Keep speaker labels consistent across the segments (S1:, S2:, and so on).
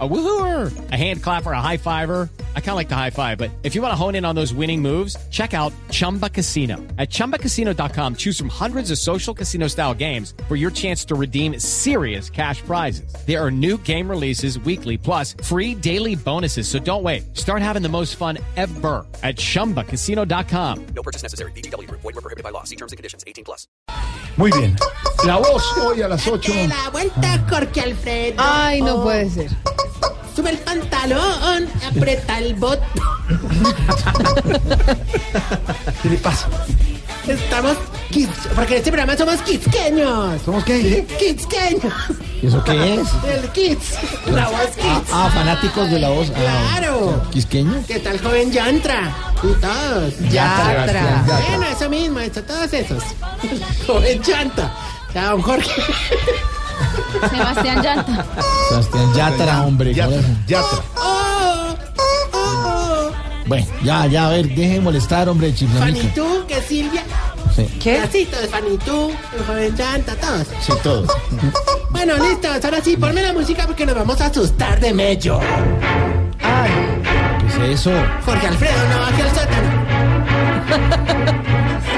S1: A woohooer, a hand clapper, a high fiver. I kind of like the high five, but if you want to hone in on those winning moves, check out Chumba Casino. At chumbacasino.com, choose from hundreds of social casino style games for your chance to redeem serious cash prizes. There are new game releases weekly, plus free daily bonuses. So don't wait. Start having the most fun ever at chumbacasino.com.
S2: No purchase necessary. BGW. Void were prohibited by law. See terms and conditions. 18 plus.
S3: Muy bien. La voz hoy a las 8.
S4: Te la vuelta, Jorge Alfredo.
S5: Ay, no
S4: Oh.
S5: puede ser.
S4: Sube el pantalón, aprieta el bot.
S3: ¿Qué le pasa?
S4: Estamos kids, porque en este programa somos kidsqueños.
S3: ¿Somos qué?
S4: Kidsqueños.
S3: ¿Y eso qué es?
S4: El kids. La voz kids.
S3: Ah, fanáticos de la voz. Ah,
S4: Claro.
S3: ¿Quisqueños?
S4: ¿Qué tal, joven Yantra? Y todos.
S3: Sebastián,
S5: Yatra.
S3: ya.
S4: Bueno, eso mismo, eso, todos esos. Joven Yanta. Chao, Jorge.
S5: Sebastián Yanta.
S3: Sebastián Yatra, hombre. corazón.
S6: Yatra.
S4: Oh, oh, oh,
S3: Bueno, ya, ya, a ver, deje de molestar, hombre,
S4: oh.
S3: chiflamica.
S4: Fanitú, que Silvia.
S3: Sí,
S5: ¿Qué?
S4: Casito de Fanitú, el joven Yanta, todos.
S6: Sí, todo.
S4: Bueno, listo, ahora sí, ponme la música porque nos vamos a asustar de mello.
S3: ¿qué es pues eso?
S4: Jorge Alfredo, no baje al sótano.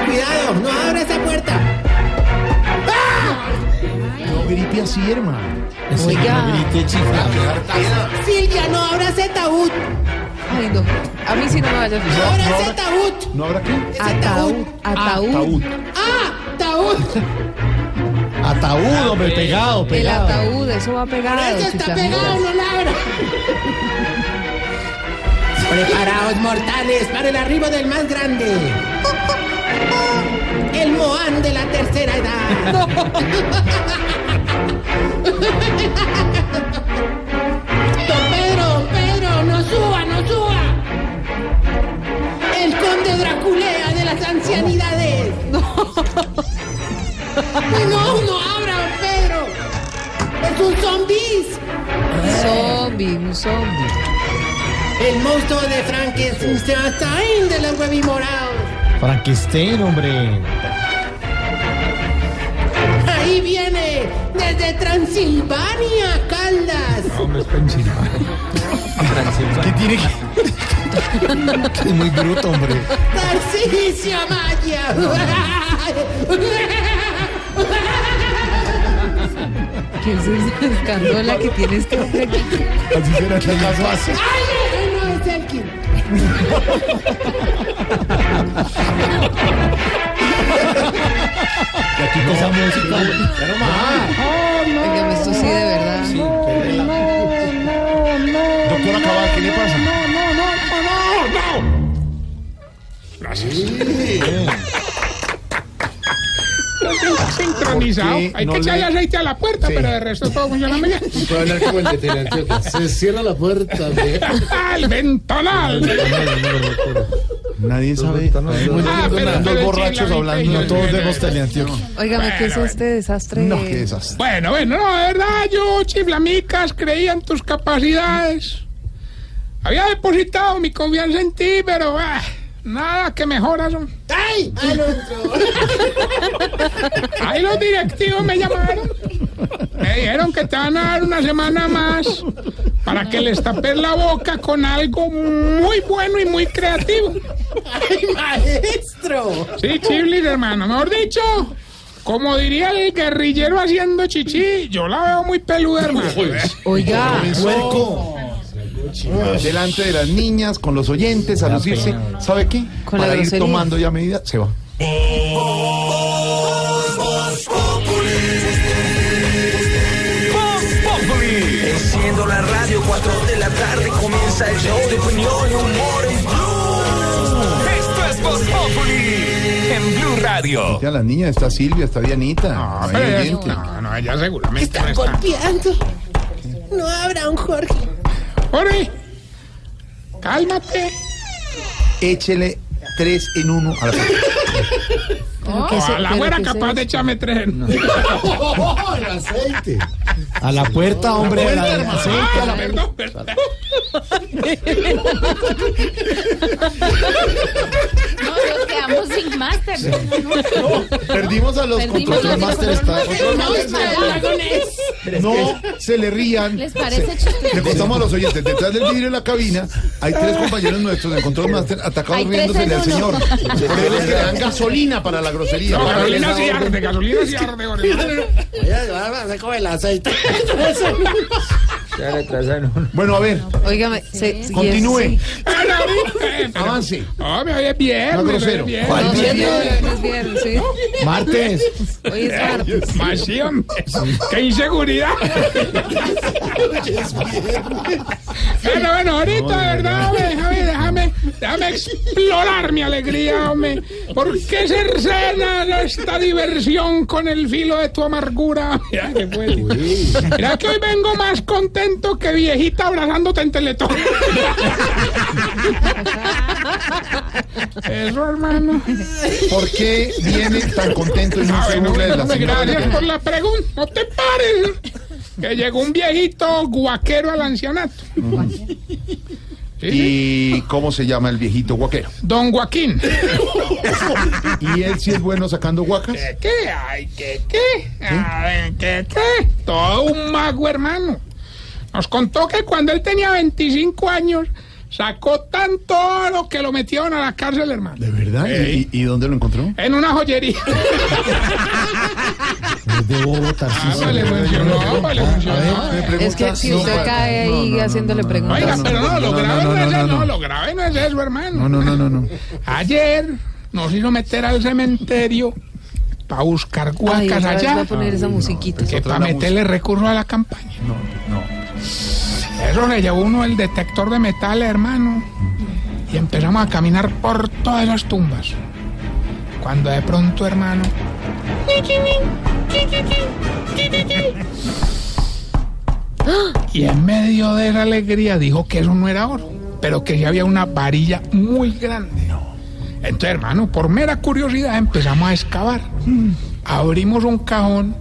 S4: Cuidado, no abra esa puerta.
S6: No gripe así, hermano.
S5: Oiga.
S3: No grite, chifla.
S4: Silvia, no abra ese ataúd.
S5: Ay, no. A mí sí no me vaya a
S4: No
S5: fijar.
S6: no
S4: abra ese
S6: abra-
S4: ataúd.
S6: ¿No habrá qué?
S4: Ese ataúd.
S5: Ataúd. Ataúd.
S6: Ataúd.
S4: ¡Ah! ¡Ataúd!
S3: Ataúd, hombre, pegado,
S5: El
S3: pegado.
S5: ataúd, eso va pegado.
S4: Eso está
S5: chiflamica.
S4: pegado, no la abra. Preparaos, mortales, para el arribo del más grande. El Moan de la tercera edad. Don Pedro, don Pedro, no suba, no suba. El conde Draculea de las ancianidades. No. No, no abra, don Pedro. Es un zombis.
S5: Zombie, un zombie.
S4: El monstruo de Frankenstein de los huevimorados.
S3: Frankenstein, hombre.
S4: Ahí viene, desde Transilvania, Caldas.
S3: Hombre, es Pensilvania.
S6: ¿Qué tiene que.?
S3: Es muy bruto, hombre.
S4: Tarcisio Maya.
S5: ¿Qué es esa escandola que tienes que hacer aquí?
S6: Así será la casa.
S4: ¡Ay, no, no, no, es Elkin!
S3: Y aquí con esa música. Ya no más.
S5: Oiga, esto sí de verdad.
S6: Doctor Cabal, ¿qué le pasa?
S7: sincronizado.
S6: ¿Por qué
S7: Hay
S6: no
S7: que echarle
S6: le-
S7: aceite a la puerta,
S6: Sí.
S7: pero de resto todo funciona muy bien.
S6: Puedo hablar como el de Telanchoca. Se cierra la puerta.
S7: ¡Al ventonal!
S6: Nadie sabe.
S7: Ah, pero-
S6: Dos
S7: pero el
S6: borrachos
S7: chiflamito y
S6: hablando.
S7: el-
S6: Todos vemos Teleantioquia.
S5: Óigame, ¿qué es este desastre?
S6: No, qué desastre.
S7: Bueno, bueno, no, de verdad, yo, chiflamicas, creía en tus capacidades. Había depositado mi confianza en ti, pero ah, nada que mejoras. hombre.
S4: ¡Ay! ¡Al otro!
S7: Ahí los directivos me llamaron. Me dijeron que te van a dar una semana más para que les tapes la boca con algo muy bueno y muy creativo.
S4: ¡Ay, maestro!
S7: Sí, Chiblis, hermano. Mejor dicho, como diría el guerrillero haciendo chichi, yo la veo muy peluda, hermano.
S5: Oiga,
S6: Puerco. Delante de las niñas, con los oyentes, a lucirse. ¿Sabe qué?
S5: Con la
S6: Para ir
S5: grosería.
S6: tomando ya medida, se va.
S8: Enciendo la radio, 4 de la tarde comienza el show de opinión y humor en Blue. Esto es Voz Populi en Blue Radio.
S6: Ya la niña está Silvia, está Dianita.
S7: No,
S6: Hay
S7: Ah, pero-
S6: oyente.
S7: no, no, ella seguramente no
S4: ¡Está
S7: está.
S4: golpeando! No habrá un Jorge.
S7: Jorge, cálmate.
S6: Échele tres en uno a la persona.
S5: ¿pero qué es-
S7: Ojalá
S5: pero
S7: fuera
S5: qué es
S7: capaz de
S5: eso?
S7: echarme tres. en-
S6: aceite.
S3: A la puerta, hombre. a la- aceite, a
S7: Ah,
S3: la-
S7: perdón, perdón.
S9: Nos quedamos Dancing Master.
S6: Perdimos a los
S9: Perdimos
S6: Control
S9: los
S6: Master. está- Control Master. No se le rían.
S9: ¿Les parece chistoso?
S6: Le contamos a los oyentes, detrás del vidrio de la cabina hay tres compañeros nuestros del Control Master atacados
S9: Hay tres
S6: riéndosele
S9: en
S6: al señor.
S9: uno.
S6: Por eso es que le dan gasolina para la grosería.
S7: No,
S6: Para
S7: gasolina
S6: darle
S7: sí
S6: esa
S7: arde,
S6: orden.
S7: gasolina sí arde. Jorge.
S6: Bueno, a ver,
S9: pues,
S5: Óigame, se- se-
S6: continúe.
S5: sí.
S7: Era, eh, pero-
S6: Avance.
S7: Ah, me oye bien.
S6: No
S7: me oye
S6: grosero.
S7: bien.
S5: No,
S6: ¿Cuál
S5: sí,
S6: viernes?
S5: no, es viernes, sí.
S3: Martes.
S5: Hoy es martes.
S7: Más sí, hombre. ¡Qué inseguridad! Bueno, bueno, ahorita, de verdad, hombre, déjame, déjame, déjame explorar mi alegría, hombre. ¿Por qué cercena esta diversión con el filo de tu amargura? Mira que puede. Mira que hoy vengo más contento que viejita abrazándote en Teletón. Eso, hermano.
S6: ¿por qué viene tan contento y no
S7: Ah,
S6: se
S7: bueno,
S6: burla de la
S7: bueno,
S6: señora?
S7: gracias por la pregunta. No te pares. Que llegó un viejito guaquero al ancianato. Sí, sí.
S6: ¿Y cómo se llama el viejito guaquero?
S7: Don Joaquín.
S6: ¿Y él sí es bueno sacando guacas?
S7: ¿Qué, ¿Qué? Ay, ¿qué, qué? A ver, ¿qué, qué? Todo un mago, hermano. Nos contó que cuando él tenía 25 años, sacó tanto oro que lo metieron a la cárcel, hermano.
S6: ¿De verdad? ¿Y, y dónde lo encontró?
S7: En una joyería.
S3: Es de Bogotá.
S7: Ah, pues le funcionó, pues le funcionó.
S5: Es que si usted cae ahí haciéndole preguntas.
S7: Oiga, pero no, lo
S6: no,
S7: grave
S6: no,
S7: no,
S6: no,
S7: es
S6: no,
S7: eso,
S6: no.
S7: no, lo grave no es eso,
S6: No,
S7: hermano.
S6: no, no, no, no.
S7: Ayer nos hizo meter al cementerio para buscar
S5: Ay, otra
S7: guacas
S5: vez va
S7: allá,
S5: a poner esa musiquita.
S7: que
S6: otra
S7: para
S6: la
S7: meterle recursos a la campaña.
S6: No, no.
S7: Eso le llevó uno el detector de metales, hermano, y empezamos a caminar por todas las tumbas. Cuando de pronto, hermano... Y en medio de la alegría dijo que eso no era oro, pero que ya había una varilla muy grande. Entonces, hermano, por mera curiosidad empezamos a excavar. Abrimos un cajón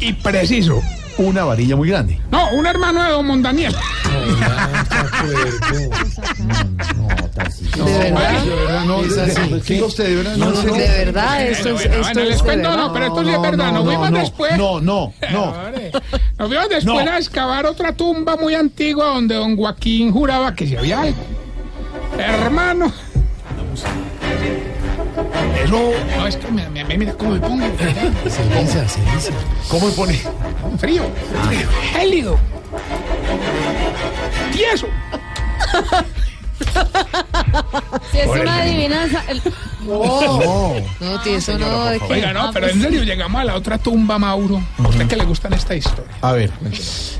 S7: y preciso.
S6: Una varilla muy grande.
S7: No, un hermano de Don Mondaniel.
S5: De verdad.
S6: De verdad, no, es así. Diga usted, de verdad, no, no,
S5: De verdad, esto es,
S7: Bueno,
S5: esto
S7: bueno, les
S5: es de
S7: cuento,
S5: verdad.
S7: no, pero esto sí es verdad. Nos vimos
S6: no,
S7: después.
S6: No, no, no.
S7: Hombre, Nos vimos después
S6: No.
S7: a excavar otra tumba muy antigua donde don Joaquín juraba que se había algo. Hermano. Eso, no, es que me, me- me- mira cómo me pongo.
S3: Ceniza, ceniza.
S6: ¿Cómo le pone?
S7: Frío, frío, gélido, tieso.
S9: Si es una adivinanza. el-
S5: No, tío, eso no. es que- Ah, pues,
S7: Oiga, no, pero en serio, llegamos a la otra tumba, Mauro. ¿A usted que le gustan esta historia?
S6: A ver,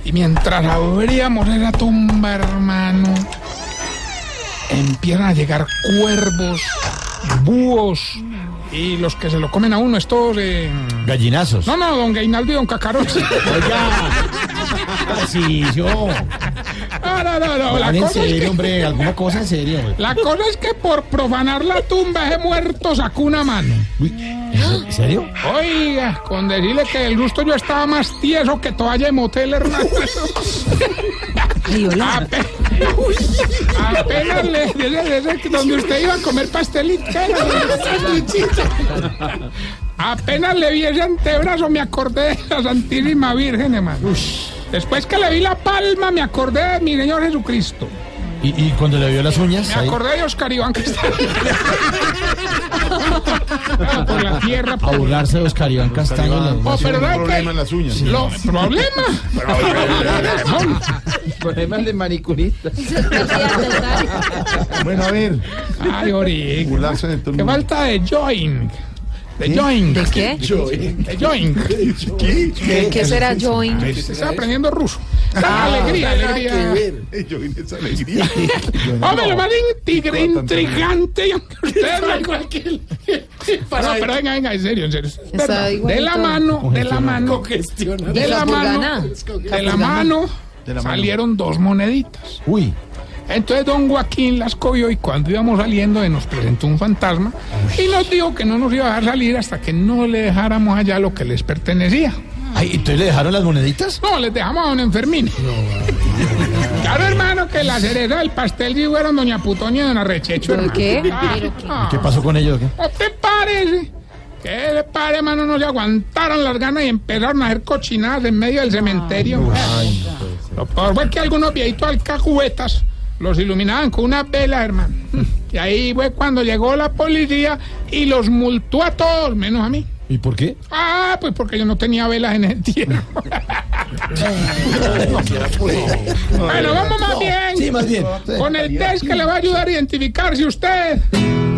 S7: Y mientras abríamos esa tumba, hermano, empiezan a llegar cuervos, búhos y los que se lo comen a uno, estos. eh,
S3: Gallinazos.
S7: No, no, don Gainaldo y don Cacarón.
S3: Sí, yo.
S7: No, no, no, no, La
S3: Van en
S7: cosa, es
S3: serio,
S7: que,
S3: hombre. Alguna cosa en serio, güey.
S7: la cosa es que por profanar la tumba, ese muerto sacó una mano.
S3: Uy, ¿En serio?
S7: Oiga, con decirle que el gusto yo estaba más tieso que toalla de motel, hermano.
S5: Ay, hola.
S7: Ape- Apenas le de- de- de- donde usted iba a comer pastelito. Apenas le vi ese antebrazo, me acordé de la Santísima Virgen, hermano. Después que le vi la palma, me acordé de mi Señor Jesucristo.
S3: Y, y cuando le vio las uñas.
S7: Me
S3: ahí-
S7: acordé de Oscar Iván Castell. Ah, por la tierra,
S3: A
S7: por
S3: burlarse de Oscar Iván Castaño. las
S7: Oh,
S3: uñas.
S7: pero
S6: un
S7: ¿sabe
S6: problema en
S7: qué?
S6: las uñas.
S7: Lo, problema. Razón.
S9: se perdía de tal.
S6: Bueno, a ver.
S7: Ay, Ori.
S6: Burlarse de todo el
S7: Qué
S6: mundo.
S7: falta de join. De join.
S5: ¿De qué?
S7: De join.
S5: ¿De qué será join?
S7: Está aprendiendo ruso.
S5: Ah,
S7: Ah, alegría, alegría.
S6: Yo en esa alegría.
S7: Hombre, lo más intriga- intrigante. y aunque ustedes no- No, pero venga, venga, en serio, en serio. Es
S5: Está
S7: verdad. De
S5: igualito.
S7: la mano, de la mano. De la
S5: Capurgana.
S7: mano. De la mano.
S6: De la mano.
S7: Salieron dos moneditas.
S3: Uy.
S7: Entonces don Joaquín las cogió y cuando íbamos saliendo eh, nos presentó un fantasma y nos dijo que no nos iba a dejar salir hasta que no le dejáramos allá lo que les pertenecía. Pues,
S3: Ay, ¿entonces le dejaron las moneditas?
S7: No, les dejamos a don Enfermín. Claro, hermano, que la cereza del pastel sí fueron doña Putoña y don Arrechecho,
S5: ¿Por
S7: hermano.
S5: qué?
S7: Ah,
S9: ¿Pero qué?
S7: ah,
S3: ¿Qué pasó con ellos? qué?
S7: ¿No te parece? ¿Qué le pare, hermano? No se aguantaron las ganas y empezaron a hacer cochinadas en medio del cementerio. Lo peor fue que algunos viejitos alcahuetas los iluminaban con una vela, hermano. Y ahí fue cuando llegó la policía y los multó a todos, menos a mí.
S3: ¿Y por qué?
S7: Ah, pues porque yo no tenía velas en el tierno. bueno, vamos más bien.
S3: Sí, más bien.
S7: Con el test que le va a ayudar a identificar si usted.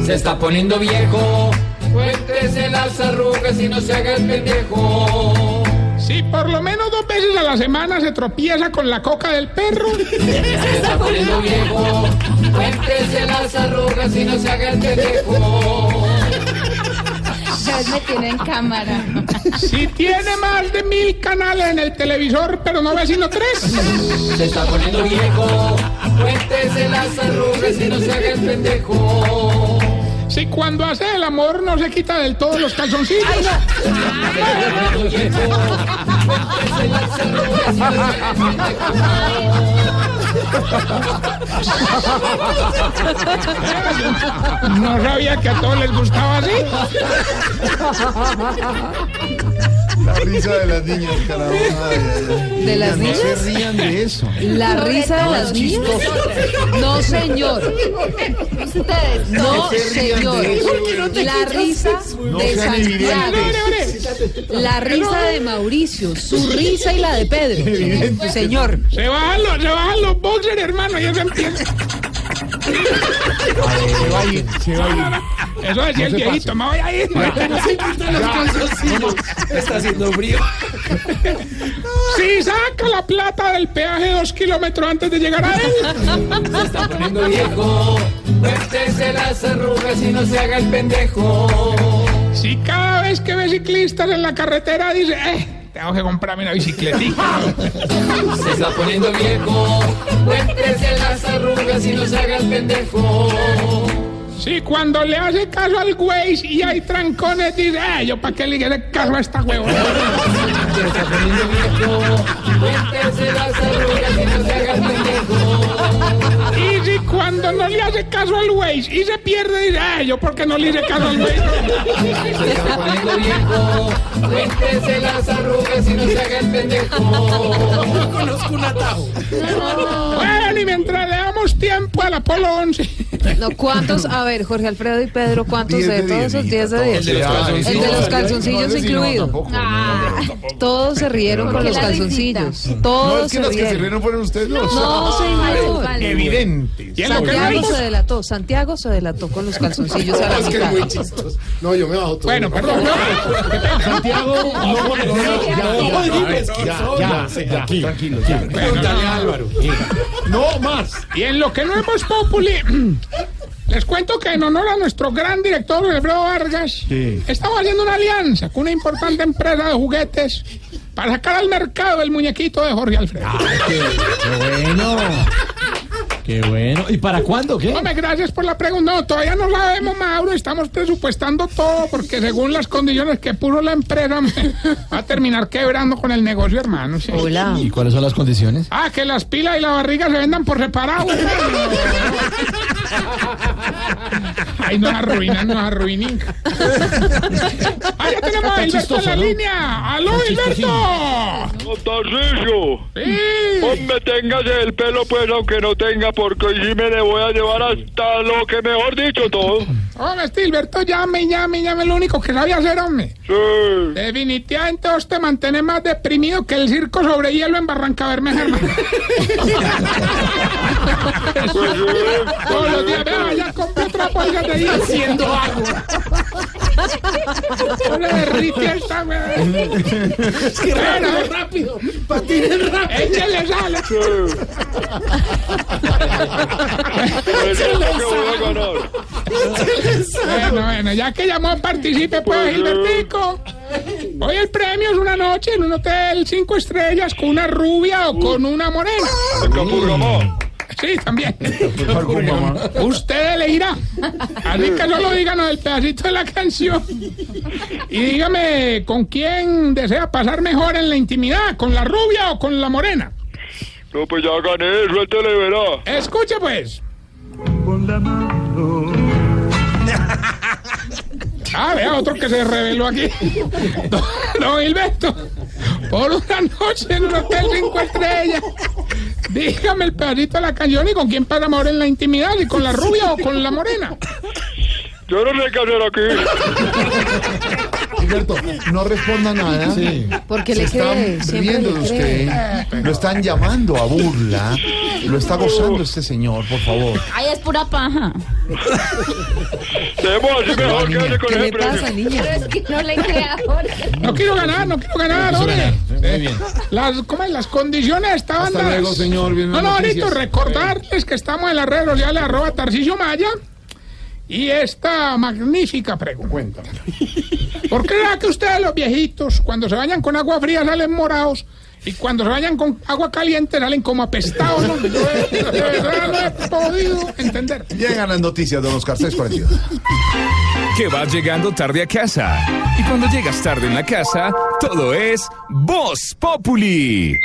S10: Se está poniendo viejo. Cuéntese las arrugas y no se haga el pendejo.
S7: Si por lo menos dos veces a la semana se tropieza con la coca del perro,
S10: Se está poniendo viejo. Cuéntese las arrugas y no se haga el pendejo.
S9: Ya me tiene en cámara.
S7: si tiene más de mil canales en el televisor, pero no ve sino tres,
S10: Se está poniendo viejo. Cuéntese las arrugas y no se haga el pendejo.
S7: si cuando hace el amor no se quita del todo los calzoncillos, no sabía que a todos les gustaba así.
S6: La risa de las niñas, carajo. Ay, ay, ay.
S5: ¿De las
S6: No se
S5: niñas?
S6: rían de eso.
S5: ¿La risa de las niñas? No, señor.
S9: Ustedes,
S5: No, señor. La risa de
S6: sean
S5: Santiago.
S7: Ore, ore.
S5: La risa de Mauricio. Su risa y la de Pedro. Señor.
S7: Se bajan los, se bajan los boxers, hermano, y eso empieza.
S6: Se va a ir, se va a ir.
S7: Eso decía el
S6: se
S7: viejito, me voy a ir.
S10: Está haciendo frío.
S7: Si saca la plata del peaje dos kilómetros antes de llegar a él.
S10: Se está poniendo viejo. Cuéntese las arrugas y no se haga el pendejo.
S7: Si cada vez que ve ciclistas en la carretera dice, eh, tengo que comprarme una bicicletita.
S10: Se está poniendo viejo. Cuéntese las arrugas y no se haga el pendejo.
S7: Si cuando le hace caso al güey y hay trancones dice, eh, yo para qué le hice caso a esta huevona.
S10: Se está poniendo viejo. Cuéntese las arrugas y no se haga el pendejo.
S7: Y si cuando no le hace caso al güey y se pierde dice, eh, yo porque no le hice caso al güey.
S10: Se está poniendo viejo. Cuéntese las arrugas y no se haga el pendejo.
S7: Bueno, y mientras le damos tiempo al Apolo 11.
S5: No, ¿cuántos? A ver, Jorge Alfredo y Pedro, ¿cuántos
S6: Diez de
S5: de todos
S6: diez,
S5: esos 10
S6: mijita,
S5: de
S6: todos.
S5: 10? El de los calzoncillos
S6: No, ese sí no,
S5: incluido.
S6: tampoco, no,
S9: Ah,
S5: Todos se rieron con
S9: Porque
S5: los
S9: la risita.
S5: calzoncillos.
S6: No,
S5: Todos
S6: es que
S5: se
S6: las que se
S5: rieron.
S6: rieron fueron ustedes dos.
S5: No, señor.
S9: vale.
S6: Evidentes.
S7: Y en lo que no
S5: Santiago
S7: hizo-
S5: se delató, Santiago se delató con los calzoncillos a la mitad.
S6: chistoso. No, yo me bajo todo.
S7: Bueno, perdón.
S3: Santiago, no, no, ya, ya, tranquilo,
S6: No más.
S7: Y en lo que no hemos populi, les cuento que en honor a nuestro gran director, Alfredo Vargas,
S6: Sí.
S7: estamos haciendo una alianza con una importante empresa de juguetes para sacar al mercado el muñequito de Jorge Alfredo.
S3: Qué bueno. Qué bueno. ¿Y para cuándo? ¿Qué?
S7: Hombre, gracias por la pregunta. No, todavía no sabemos, Mauro. Estamos presupuestando todo porque según las condiciones que puso la empresa, va a terminar quebrando con el negocio, hermano. sí.
S5: Hola.
S3: ¿Y cuáles son las condiciones?
S7: Ah, que las pilas y la barriga se vendan por separado. hermano. Ay, nos arruinan, nos arruinan. Ah, ya tenemos a Hilberto
S3: chistoso,
S7: en la
S3: ¿no?
S7: línea. ¡Aló, Hilberto! Sí.
S10: Hombre, téngase el pelo, pues, aunque no tenga, porque hoy sí me le voy a llevar hasta lo que mejor dicho todo.
S7: Hombre, este Hilberto, llame, llame, llame. Lo único que sabía hacer, hombre.
S10: Sí.
S7: Definitivamente vos te mantienes más deprimido que el circo sobre hielo en Barranca Bermeja, hermano.
S10: Pues, sí,
S7: Todos los días, vea, ya compré otra polga de hielo. Haciendo agua. No le derrite esta, eh. güey. Es que rápido. Patinen rápido. Échale sal.
S10: pues, es lo que voy a ganar.
S7: Bueno, bueno, ya que llamó, participe pues, Gilbertico. Hoy el premio es una noche en un hotel cinco estrellas con una rubia o con una morena.
S10: Capurramá.
S7: Sí, también. Usted elegirá. Así que solo díganos el pedacito de la canción. Y dígame con quién desea pasar mejor en la intimidad, con la rubia o con la morena.
S11: No, pues ya gané, suéltale, verá.
S7: Escucha pues.
S11: Con la mano.
S7: Ah, vea, otro que se reveló aquí. Don, don Gilberto, por una noche en un hotel cinco estrellas. Dígame el pedacito de la canción y con quién para amor en la intimidad, y con la rubia o con la morena.
S11: Yo no sé qué hacer aquí.
S6: Gilberto, no responda nada.
S5: Porque
S6: Se
S5: le cree,
S6: están
S5: siempre
S6: riendo de
S5: le cree.
S6: usted. ¿eh? Lo están llamando a burla. Lo está gozando este señor, por favor.
S9: Ay, es pura paja.
S11: Debemos así mejor que hace con
S5: ¿Qué
S11: ese
S5: le
S11: premio.
S5: pasa, niña?
S9: Pero es que no le crea Jorge.
S7: No quiero ganar, no quiero ganar, hombre. Las, ¿cómo es? Las condiciones estaban
S6: Hasta
S7: dadas.
S6: luego, señor. Vienen
S7: No, no,
S6: las
S7: ahorita
S6: noticias.
S7: recordarles que estamos en las redes sociales arroba Tarcicio Maya y esta magnífica pregunta. ¿Por qué será que ustedes los viejitos cuando se bañan con agua fría salen morados y cuando se bañan con agua caliente salen como apestados? No, Yo de- de verdad no he podido entender.
S6: Llegan las noticias, don Oscar 642.
S8: Que vas llegando tarde a casa. Y cuando llegas tarde en la casa, todo es Voz Populi.